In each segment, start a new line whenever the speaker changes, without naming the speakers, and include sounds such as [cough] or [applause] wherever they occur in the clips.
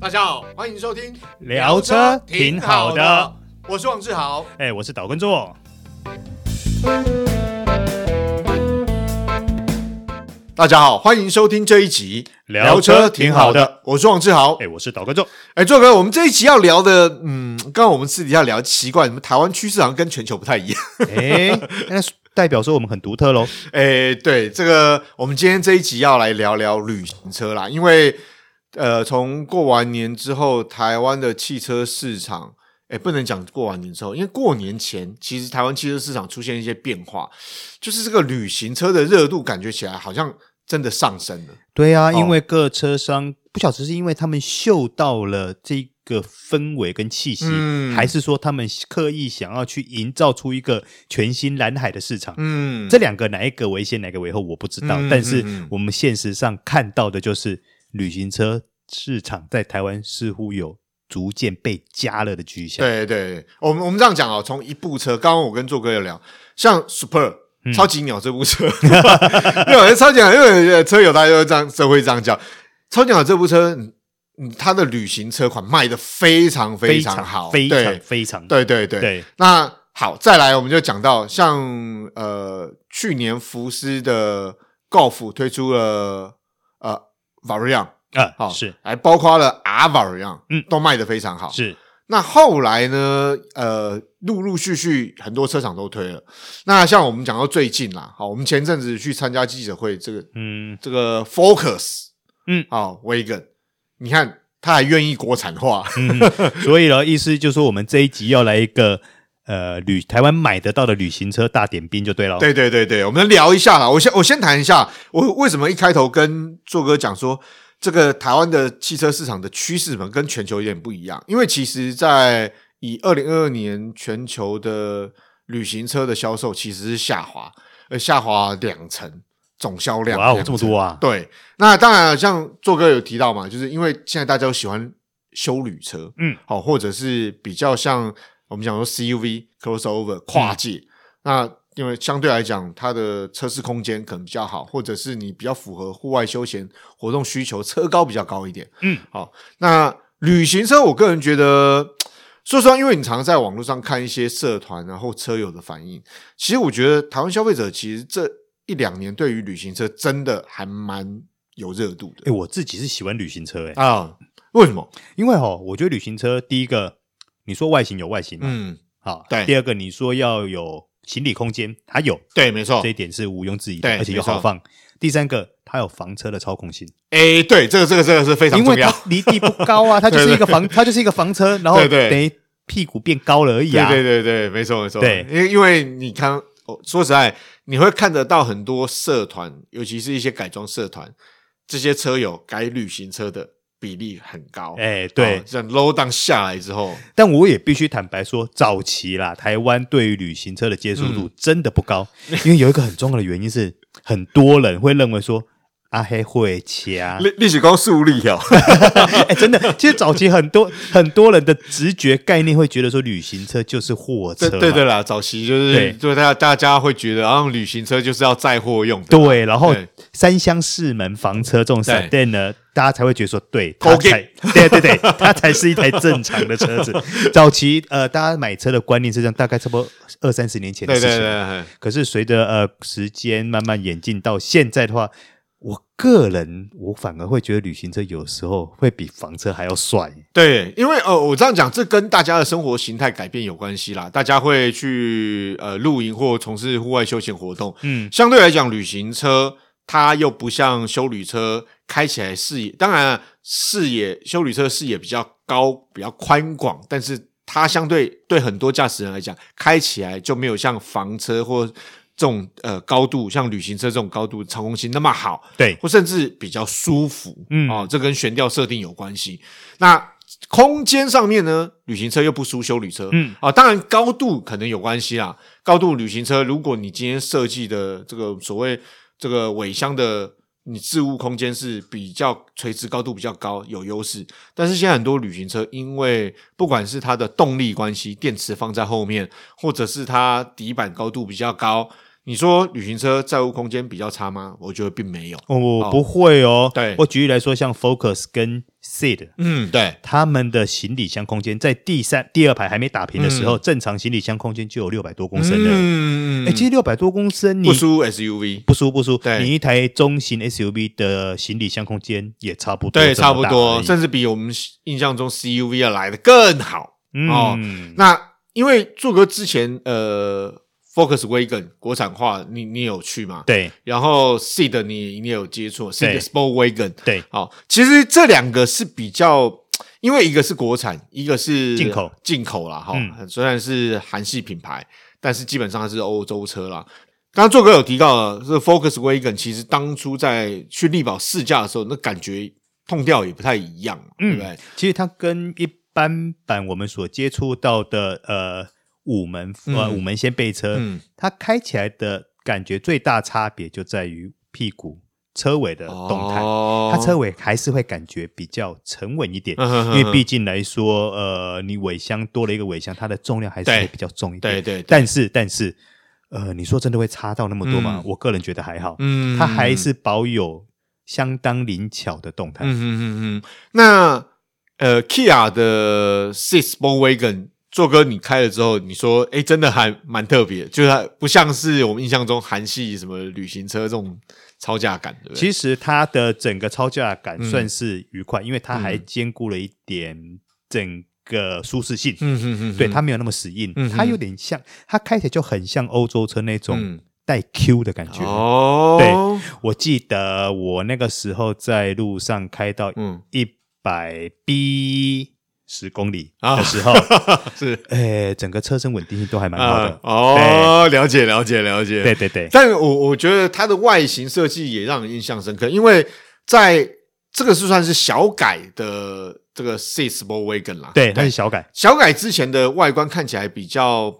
大家好，欢迎收听
聊车挺好的，
我是王志豪。
哎、我是岛根座。
大家好，欢迎收听这一集
聊车挺好的，
我是王志豪
哎、。我是岛根座。
哎，做哥，我们这一集要聊的，嗯，刚刚我们私底下聊，奇怪，你们台湾趋势好像跟全球不太一样。
哎、那代表说我们很独特喽。
哎，对，这个我们今天这一集要来聊聊旅行车啦，因为呃，从过完年之后，台湾的汽车市场，哎，不能讲过完年之后，因为过年前其实台湾汽车市场出现一些变化，就是这个旅行车的热度感觉起来好像真的上升了。
对
哦
啊，因为各车商不晓得是因为他们嗅到了这个氛围跟气息，
嗯
还是说他们刻意想要去营造出一个全新蓝海的市场？
嗯，
这两个哪一个为先，哪一个为后，我不知道。
嗯
但是
嗯嗯
我们现实上看到的就是，旅行车市场在台湾似乎有逐渐被加热的趋向。
对对，对我们我们这样讲哦，从一部车，刚刚我跟做哥有聊，像 Super。超
嗯
级鸟这部车， [laughs] 因为超级鸟，因为车友大家都这样，都会这样叫。超级鸟这部车，嗯嗯，它的旅行车款卖的非常非常好，
非常
对
非常
对对对。
对
那好，再来我们就讲到像呃，去年福斯的 Golf 推出了呃 Variant，
啊，
好、
是，
还包括了 R Variant，
嗯
都卖的非常好，
是，
那后来呢？呃，陆陆续续很多车厂都推了。那像我们讲到最近啦，好，我们前阵子去参加记者会，这个
嗯，
这个 Focus，
嗯，
好 w a g o n 你看他还愿意国产化，
所以呢，意思就是说我们这一集要来一个呃旅台湾买得到的旅行车大点兵就对了。，
对对对对，我们聊一下啦。我先我先谈一下，我为什么一开头跟做哥讲说，这个台湾的汽车市场的趋势们跟全球有点不一样，因为其实，在以二零二二年全球的旅行车的销售其实是下滑，呃，下滑两成总销量，
哇哦，
两
这么
成
多啊！
对，那当然，像做哥有提到嘛，就是因为现在大家都喜欢修旅车，
嗯，
好、或者是比较像我们讲说 CUV crossover 跨界，那因为相对来讲，它的车室空间可能比较好，或者是你比较符合户外休闲活动需求，车高比较高一点，
嗯，
好、那旅行车，我个人觉得。说实话，因为你常常在网络上看一些社团，然后车友的反应，其实我觉得台湾消费者其实这一两年对于旅行车真的还蛮有热度的
哎、我自己是喜欢旅行车哎、
啊。为什么？
因为哦，我觉得旅行车第一个，你说外形有外形嘛，
嗯，
好，
对
第二个，你说要有行李空间，它有，
对，没错
这。一点是毋庸置疑的，
哦对
而且又
没错
好放。第三个，它有房车的操控性，
哎，对，这个这个这个是非常
因为
重要
它。离地不高啊，它就是一个
[laughs]
房，它就是一个房车，然后
对对
等于屁股变高了而已
对
啊。
对对对，没错没错。
对
因为因为你看，哦，说实在，你会看得到很多社团，尤其是一些改装社团，这些车友改旅行车的比例很高。
哎，对
哦，这样 low down 下来之后，
但我也必须坦白说，早期啦，台湾对于旅行车的接受
嗯
度真的不
[laughs]
高，因为有一个很重要的原因是，很多人会认
[laughs]
为说阿黑会掐，
历历史高速力哦。
[laughs] 哎，真的，其实早期很多很多人的直觉概念会觉得说，旅行车 [laughs] 就是货车
对
嘛，
对对啦，早期就是
对
就大家大家会觉得，啊，旅行车就是要载货用的，
对，然后
对
三厢四门房车这种闪电呢，大家才会觉得说，对，它
勾
才， [laughs] 对对对，它才是一台正常的
[laughs]
车子。早期呃，大家买车的观念是这样，大概差不多二三十年前的
对
事情。
对对对，
可是随着呃时间慢慢演进到现在的话，我个人我反而会觉得旅行车有时候会比房车还要帅。
对，因为呃，我这样讲，这跟大家的生活形态改变有关系啦。大家会去呃露营或从事户外休闲活动，
嗯，
相对来讲，旅行车它又不像修旅车开起来视野，当然啊视野修旅车视野比较高，比较宽广，但是它相对对很多驾驶人来讲，开起来就没有像房车或这种呃高度，像旅行车这种高度操控性那么好。
对，
或甚至比较舒服，
嗯
哦，这跟悬吊设定有关系。那空间上面呢，旅行车又不输修旅车，
嗯，
啊、当然高度可能有关系啦。高度旅行车，如果你今天设计的这个所谓这个尾箱的你置物空间是比较垂直高度比较高，有优势。但是现在很多旅行车，因为不管是它的动力关系，电池放在后面，或者是它底板高度比较高。你说旅行车载物空间比较差吗？我觉得并没有。
我、
哦
不会哦。
对
我举例来说，像 Focus 跟 Seed，
嗯，对，
他们的行李箱空间在第三、第二排还没打平的时候，正常行李箱空间就有六百多公升了。
嗯
哎、其实六百多公升你
不输 SUV，
不输不输，
对
你一台中型 SUV 的行李箱空间也差不多，
对，差不多，
甚
甚至比我们印象中 CUV 要来的更好。
嗯、
哦那因为柱哥之前呃，Focus Wagon 国产化，你你有去吗？
对
然后 Seed 你你也有接触，Seed
对
Sport Wagon，
对，
好，其实这两个是比较，因为一个是国产，一个是
进口
进口啦，哈、
嗯
虽然是韩系品牌，但是基本上它是欧洲车啦。刚刚做哥有提到了，这 Focus Wagon 其实当初在去力宝试驾的时候，那感觉痛调也不太一样，对
嗯
不对？
其实它跟一般版我们所接触到的呃五门呃
嗯
五门掀背车，
嗯
它开起来的感觉最大差别就在于屁股车尾的呃动
嗯
态，
哦
它车尾还是会感觉比较沉稳一点。
嗯哼哼
因
哼
为毕竟来说，呃，你尾箱多了一个尾箱，它的重量还是
对
会比较重一点。
对对对，
但是但是，呃，你说真的会差到那么多吗？
嗯
我个人觉得还好，
嗯
它还是保有相当灵巧的动态。
嗯嗯嗯嗯，那呃，Kia 的 Six Sport Wagon，做哥你开了之后，你说哎、诶真的还蛮特别，就是它不像是我们印象中韩系什么旅行车这种超价感，对不对？
其实它的整个超价感
嗯
算是愉快，因为它还
嗯
兼顾了一点整个舒适性。
嗯嗯嗯
对，它没有那么死硬，
嗯哼
它有点像，它开起来就很像欧洲车那种
嗯
带 Q 的感觉。
哦，
我记得我那个时候在路上开到
嗯
一百 B 十公里
啊
的时
[laughs]
候，
是
哎，整个车身稳定性都还蛮好
啊
的。，
哦，了解了解了解，
对对对，
但我我觉得它的外形设计也让人印象深刻，因为在这个是算是小改的这个 Six Sport Wagon 啦，
对，它是小改，
小改之前的外观看起来比较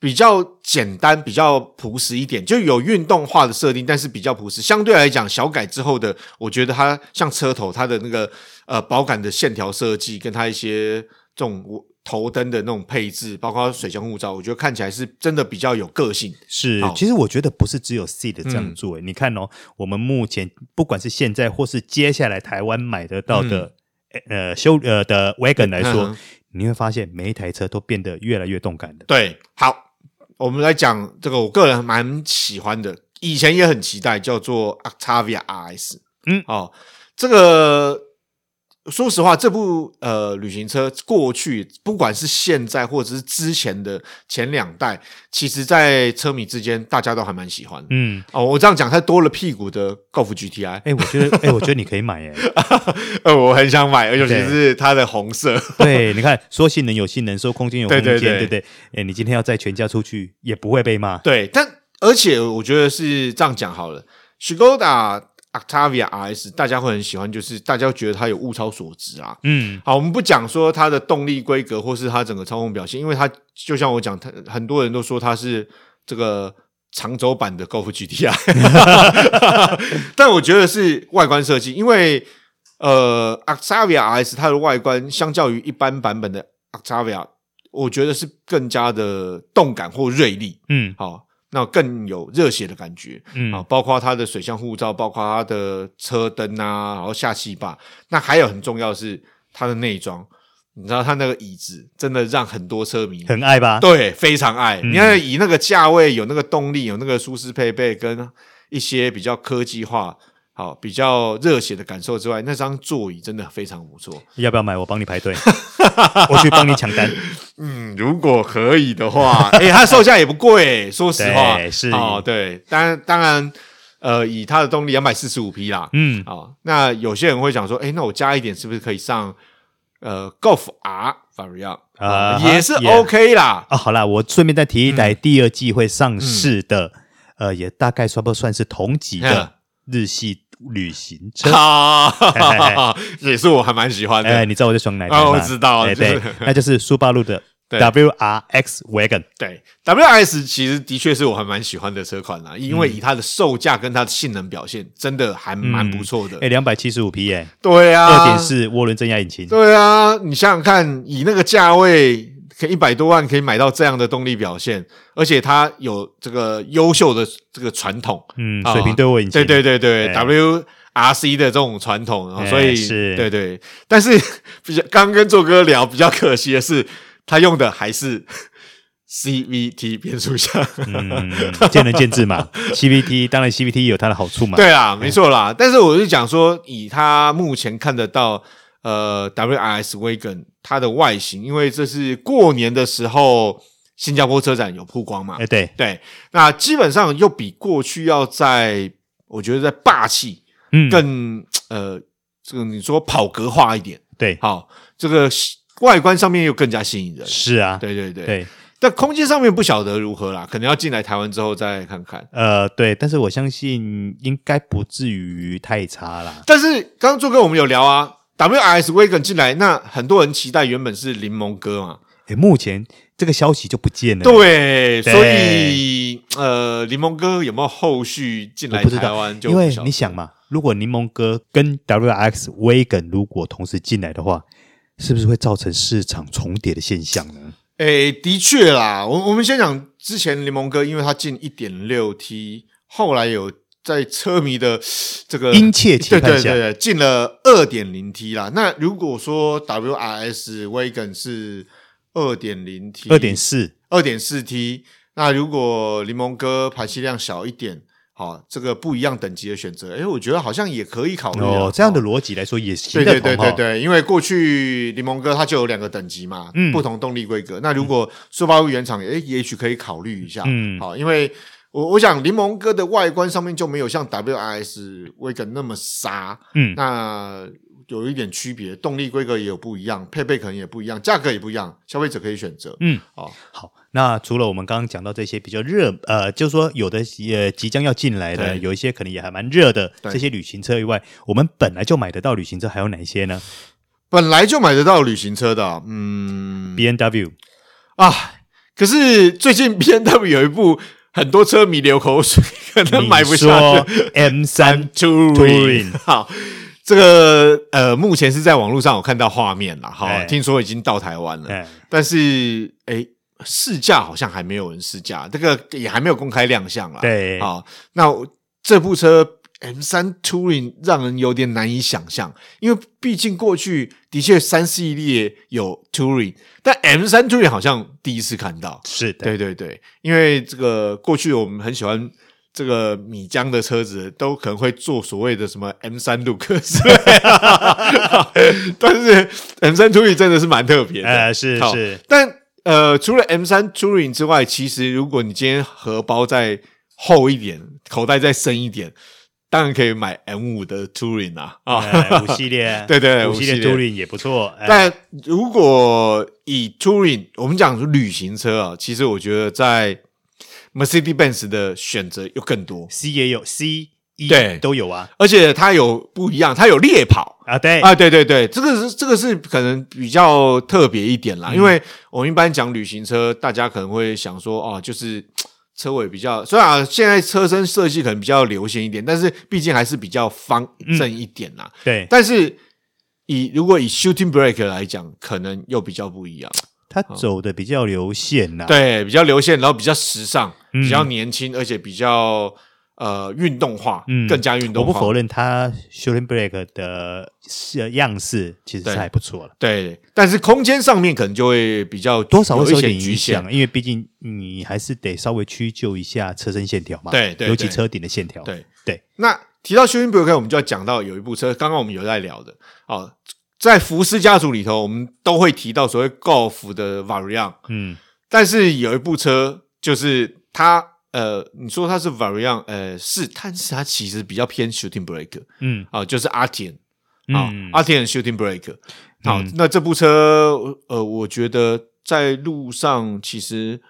比较简单，比较朴实一点，就有运动化的设定，但是比较朴实。相对来讲，小改之后的，我觉得它像车头，它的那个呃保杆的线条设计，跟它一些这种头灯的那种配置，包括水箱护罩，我觉得看起来是真的比较有个性。
是
好，
其实我觉得不是只有 C 的这样
嗯
做、欸你看哦，我们目前不管是现在或是接下来台湾买得到的、呃修呃的 wagon 来说，
嗯哼
你会发现每一台车都变得越来越动感的。
对，好，我们来讲这个，我个人蛮喜欢的，以前也很期待，叫做 Octavia RS。
嗯
哦，这个说实话，这部呃旅行车过去，不管是现在或者是之前的前两代，其实在车迷之间大家都还蛮喜欢的。
嗯，
哦，我这样讲，它多了屁股的 Golf GTI，
哎、我觉得，哎、我觉得你可以买耶、
[laughs]
[laughs]
呃，我很想买，尤其
对
是它的红色。
对，你看，说性能有性能，说空间有空
对对
间，
对
对不对？哎、你今天要带全家出去也不会被骂。
对，但而且我觉得是这样讲好了，Skoda Octavia RS 大家会很喜欢，就是大家觉得它有物超所值啊。
嗯，
好，我们不讲说它的动力规格或是它整个操控表现，因为它就像我讲，它很多人都说它是这个长轴版的 Golf GTI，但我觉得是外观设计，因为呃，Octavia RS 它的外观相较于一般版本的 Octavia，我觉得是更加的动感或锐利。
嗯
好，那更有热血的感觉
嗯，
啊，包括它的水箱护罩，包括它的车灯啊，然后下气坝，那还有很重要的是它的内装，你知道它那个椅子真的让很多车迷
很爱吧？
对非常爱，
嗯
你看以那个价位，有那个动力，有那个舒适配备，跟一些比较科技化。好，比较热血的感受之外，那张座椅真的非常不错。
要不要买？我帮你排队， [laughs] 我去帮你抢单。
嗯，如果可以的
[laughs]
话，哎、它售价也不贵、说实话
对是
哦，对，当然当然，呃，以它的动力两百四十五匹啦，
嗯，
哦，那有些人会想说，哎、那我加一点是不是可以上呃 Golf R Variant
啊
也是
也
OK 啦，
啊，好啦，我顺便再
嗯
提一台第二季会上市的，呃，也大概算不算是同级
嗯
的日系旅行
[laughs]
车？
哈哈
嘿嘿
哈 [laughs] 哈，也是我还蛮喜欢的，
哎，你知道我在选哪一台吗？
哦我知道
哎，
就是
对，那就是苏巴路的
[laughs] 对
WRX Wagon。
对，WS 其实的确是我还蛮喜欢的车款啦，因
嗯
为以它的售价跟它的性能表现，真的还蛮不错的。
哎，两百七十五匹耶，
对啊，
二点四涡轮增压引擎。
对啊，你想想看，以那个价位，可以一百多万可以买到这样的动力表现，而且它有这个优秀的这个传统，
嗯，
啊
水平对我引擎，
对对对对
哎
，WRC 的这种传统，哦
哎
所以
是
对对。但是 [laughs] 比较刚跟做哥聊，比较可惜的是，他用的还是 CVT 变速箱。
嗯，见仁见
[laughs]
智嘛。CVT 当然 CVT 有它的好处嘛，
对啦，没错啦。但是我是讲说，以他目前看得到，呃，WRS Wagon 它的外形，因为这是过年的时候新加坡车展有曝光嘛，
哎对，
对，那基本上又比过去要在，我觉得在霸气
嗯，
更、呃，这个你说跑格化一点，
对，
好，这个外观上面又更加吸引人。
是啊，
对对对，
对，
但空间上面不晓得如何啦，可能要进来台湾之后再看看。
呃，对，但是我相信应该不至于太差啦。
但是刚刚做哥我们有聊啊，WRS Wagon 进来，那很多人期待原本是柠檬哥嘛，
哎，目前这个消息就不见了，，
对，
对
所以呃，柠檬哥有没有后续进来
我不知
台
道
湾，就
因为
晓得
你想嘛，如果柠檬哥跟 WX Wagon 如果同时进来的话，是不是会造成市场重叠的现象呢？
诶，的确啦，我我们先讲之前柠檬哥，因为他进一点六 T，后来有在车迷的这个
殷切期
呃对
盼
对
下
对，对，进了二点零 T 啦。那如果说 WRS Wagon 是二点零 T，
二点四，
二点四 T，那如果柠檬哥排气量小一点，好、这个不一样等级的选择，诶，我觉得好像也可以考虑啊
哦，这样的逻辑来说也行
对
得
对
通
对
哈
对对，因为过去柠檬哥它就有两个等级嘛，
嗯
不同动力规格。那如果速八入原厂，诶，也许可以考虑一下。
嗯
好，因为我我想柠檬哥的外观上面就没有像 WRS 威根那么沙，
嗯
那有一点区别，动力规格也有不一样，配备可能也不一样，价格也不一样，消费者可以选择。
嗯，
好，
好，那除了我们刚刚讲到这些比较热，呃，就是说有的也即将要进来的，
对
有一些可能也还蛮热的
对
这些旅行车以外，我们本来就买得到旅行车还有哪一些呢
本来就买得到旅行车的啊，嗯
？B N W，
啊，可是最近 B N W 有一部很多车迷流口水，可 [laughs] 能买不下去。[laughs]
M 三
Touring 好，这个呃，目前是在网络上有看到画面了哈
哎，
听说已经到台湾了，
哎，
但是哎，试驾好像还没有人试驾，这个也还没有公开亮相啦。，
对，
好，那我这部车 M 三 Touring 让人有点难以想象，因为毕竟过去的确三系列有 Touring，但 M 三 Touring 好像第一次看到。
是的，
对对对，因为这个过去我们很喜欢这个米江的车子，都可能会做所谓的什么 M 三路 [laughs] 克斯， [laughs] 但是 M 三 Touring 真的是蛮特别的，
呃，是
好
是，
但呃，除了 M 三 Touring 之外，其实如果你今天荷包再厚一点，口袋再深一点，当然可以买 M 五的 Touring 啊啊。
哎，五系列，
[laughs] 对对
五
五
系
系
列
列
Touring 也不错，哎
[laughs] 但如果以 touring，我们讲旅行车啊，其实我觉得在 Mercedes-Benz 的选择又更多，
C 也有 C 一
对
都有啊，
而且它有不一样，它有猎跑
啊，对，
啊，对对对，这个是这个是可能比较特别一点
嗯
啦，因为我们一般讲旅行车，大家可能会想说哦，就是。嘖车尾比较，虽然、啊、现在车身设计可能比较流线一点，但是毕竟还是比较方
嗯
正一点啦。
对，
但是以如果以 shooting brake 来讲，可能又比较不一样。
它走的比较流线呐，
对，比较流线，然后比较时尚，
嗯
比较年轻，而且比较呃运动化，
嗯
更加运
我
动
不
化。
否认它 Shooting Break 的是样式其实是
对
还不错了，
对，但是空间上面可能就会比较
多少会
有
受
一
点
些
影
局限。
响，因为毕竟你还是得稍微屈就一下车身线条嘛，
对对
尤其
对
车顶的线条，
对
对，
那提到 s h o e n b r g 我们就要讲到有一部车，刚刚我们有在聊的哦，在福斯家族里头，我们都会提到所谓 Golf 的 Variant，
嗯，
但是有一部车就是它。呃，你说它是 Variant，呃，是，但是它其实比较偏 Shooting Brake
嗯
啊、就是阿田，啊
嗯，
阿天 shooting break。好，那这部车，呃，我觉得在路上其实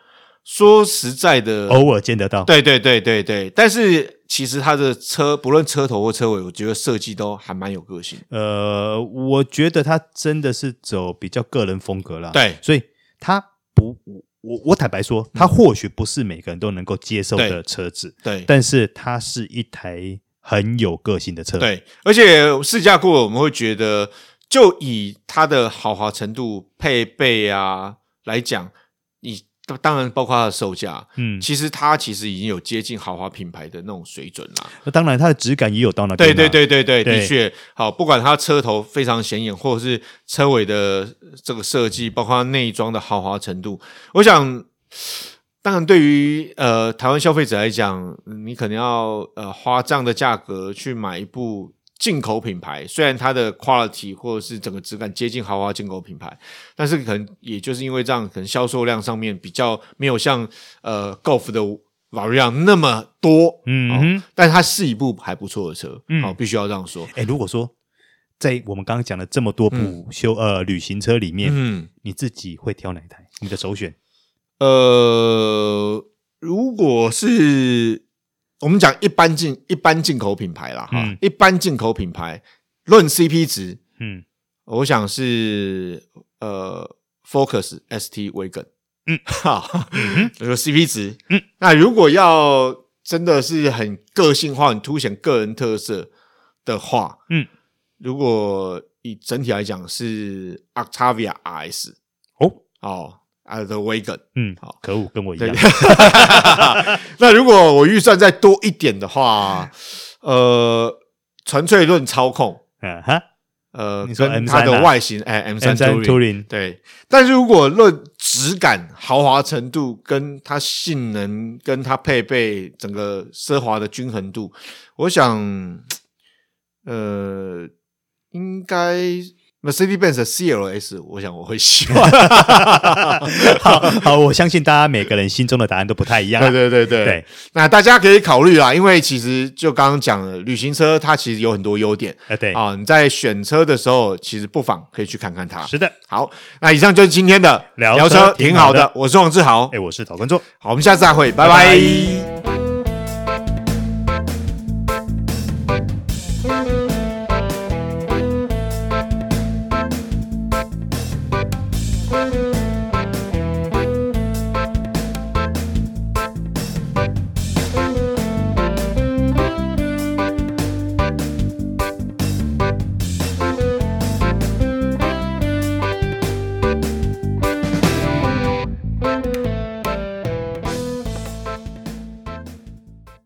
说实在的，
偶尔见得到，
对对对对对，但是其实它的车，不论车头或车尾，我觉得设计都还蛮有个性。
呃，我觉得他真的是走比较个人风格啦。
啊对嗯
所以他不，我我我坦白说，他或许不是每个人都能够接受的车子，
对
但是它是一台很有个性的车。，
对，而且试驾过，我们会觉得，就以它的豪华程度、配备啊，来讲，你当当然包括它的售价，
嗯，
其实它其实已经有接近豪华品牌的那种水准啦。
那当然它的质感也有到那边、
对
啊，
对，对对对，
对
的确好，不管它车头非常显眼，或者是车尾的这个设计，包括内装的豪华程度，我想，当然对于呃台湾消费者来讲，你可能要呃花这样的价格去买一部进口品牌，虽然它的 quality 或者是整个质感接近豪华进口品牌，但是可能也就是因为这样，可能销售量上面比较没有像呃 Golf 的 Variant 那么多，
嗯
哦
哼。
但它是一部还不错的车，
嗯
好、必须要这样说。
哎、如果说在我们刚刚讲的这么多部修、呃旅行车里面，
嗯，
你自己会挑哪一台？你的首选？
呃，如果是我们讲一般进一般进口品牌啦，哈、
嗯
一般进口品牌论 CP 值，
嗯
我想是呃 Focus ST 维梗，
嗯，
[laughs] 好，
嗯
我说 CP 值，
嗯，
那如果要真的是很个性化、很凸显个人特色的话，
嗯，
如果以整体来讲是 Octavia RS
哦
哦，啊的
[laughs]
Wagon，
嗯，
好
可恶，跟我一
对
样，
那如果我预算再多一点的话，呃，纯粹论操控，
[laughs] 啊哈
呃，
你说
跟
M3
它
啊
的外形，哎，M 三
M3 Touring
对，但是如果论质感、豪华程度、跟它性能、跟它配备整个奢华的均衡度，我想，呃，应该 Mercedes-Benz 的 CLS，我想我会喜欢。
[laughs] 好好，我相信大家每个人心中的答案都不太一样啊。
对对对 [laughs] 对，
对
那大家可以考虑啦，因为其实就刚刚讲了，旅行车它其实有很多优点
呃对，
啊，你在选车的时候，其实不妨可以去看看它。
是的。
好，那以上就是今天的
聊车
车，
挺
挺
好
好
的
的。我是王志豪
哎，，我是陶观众。
好，我们下次再会，
拜
拜
拜
拜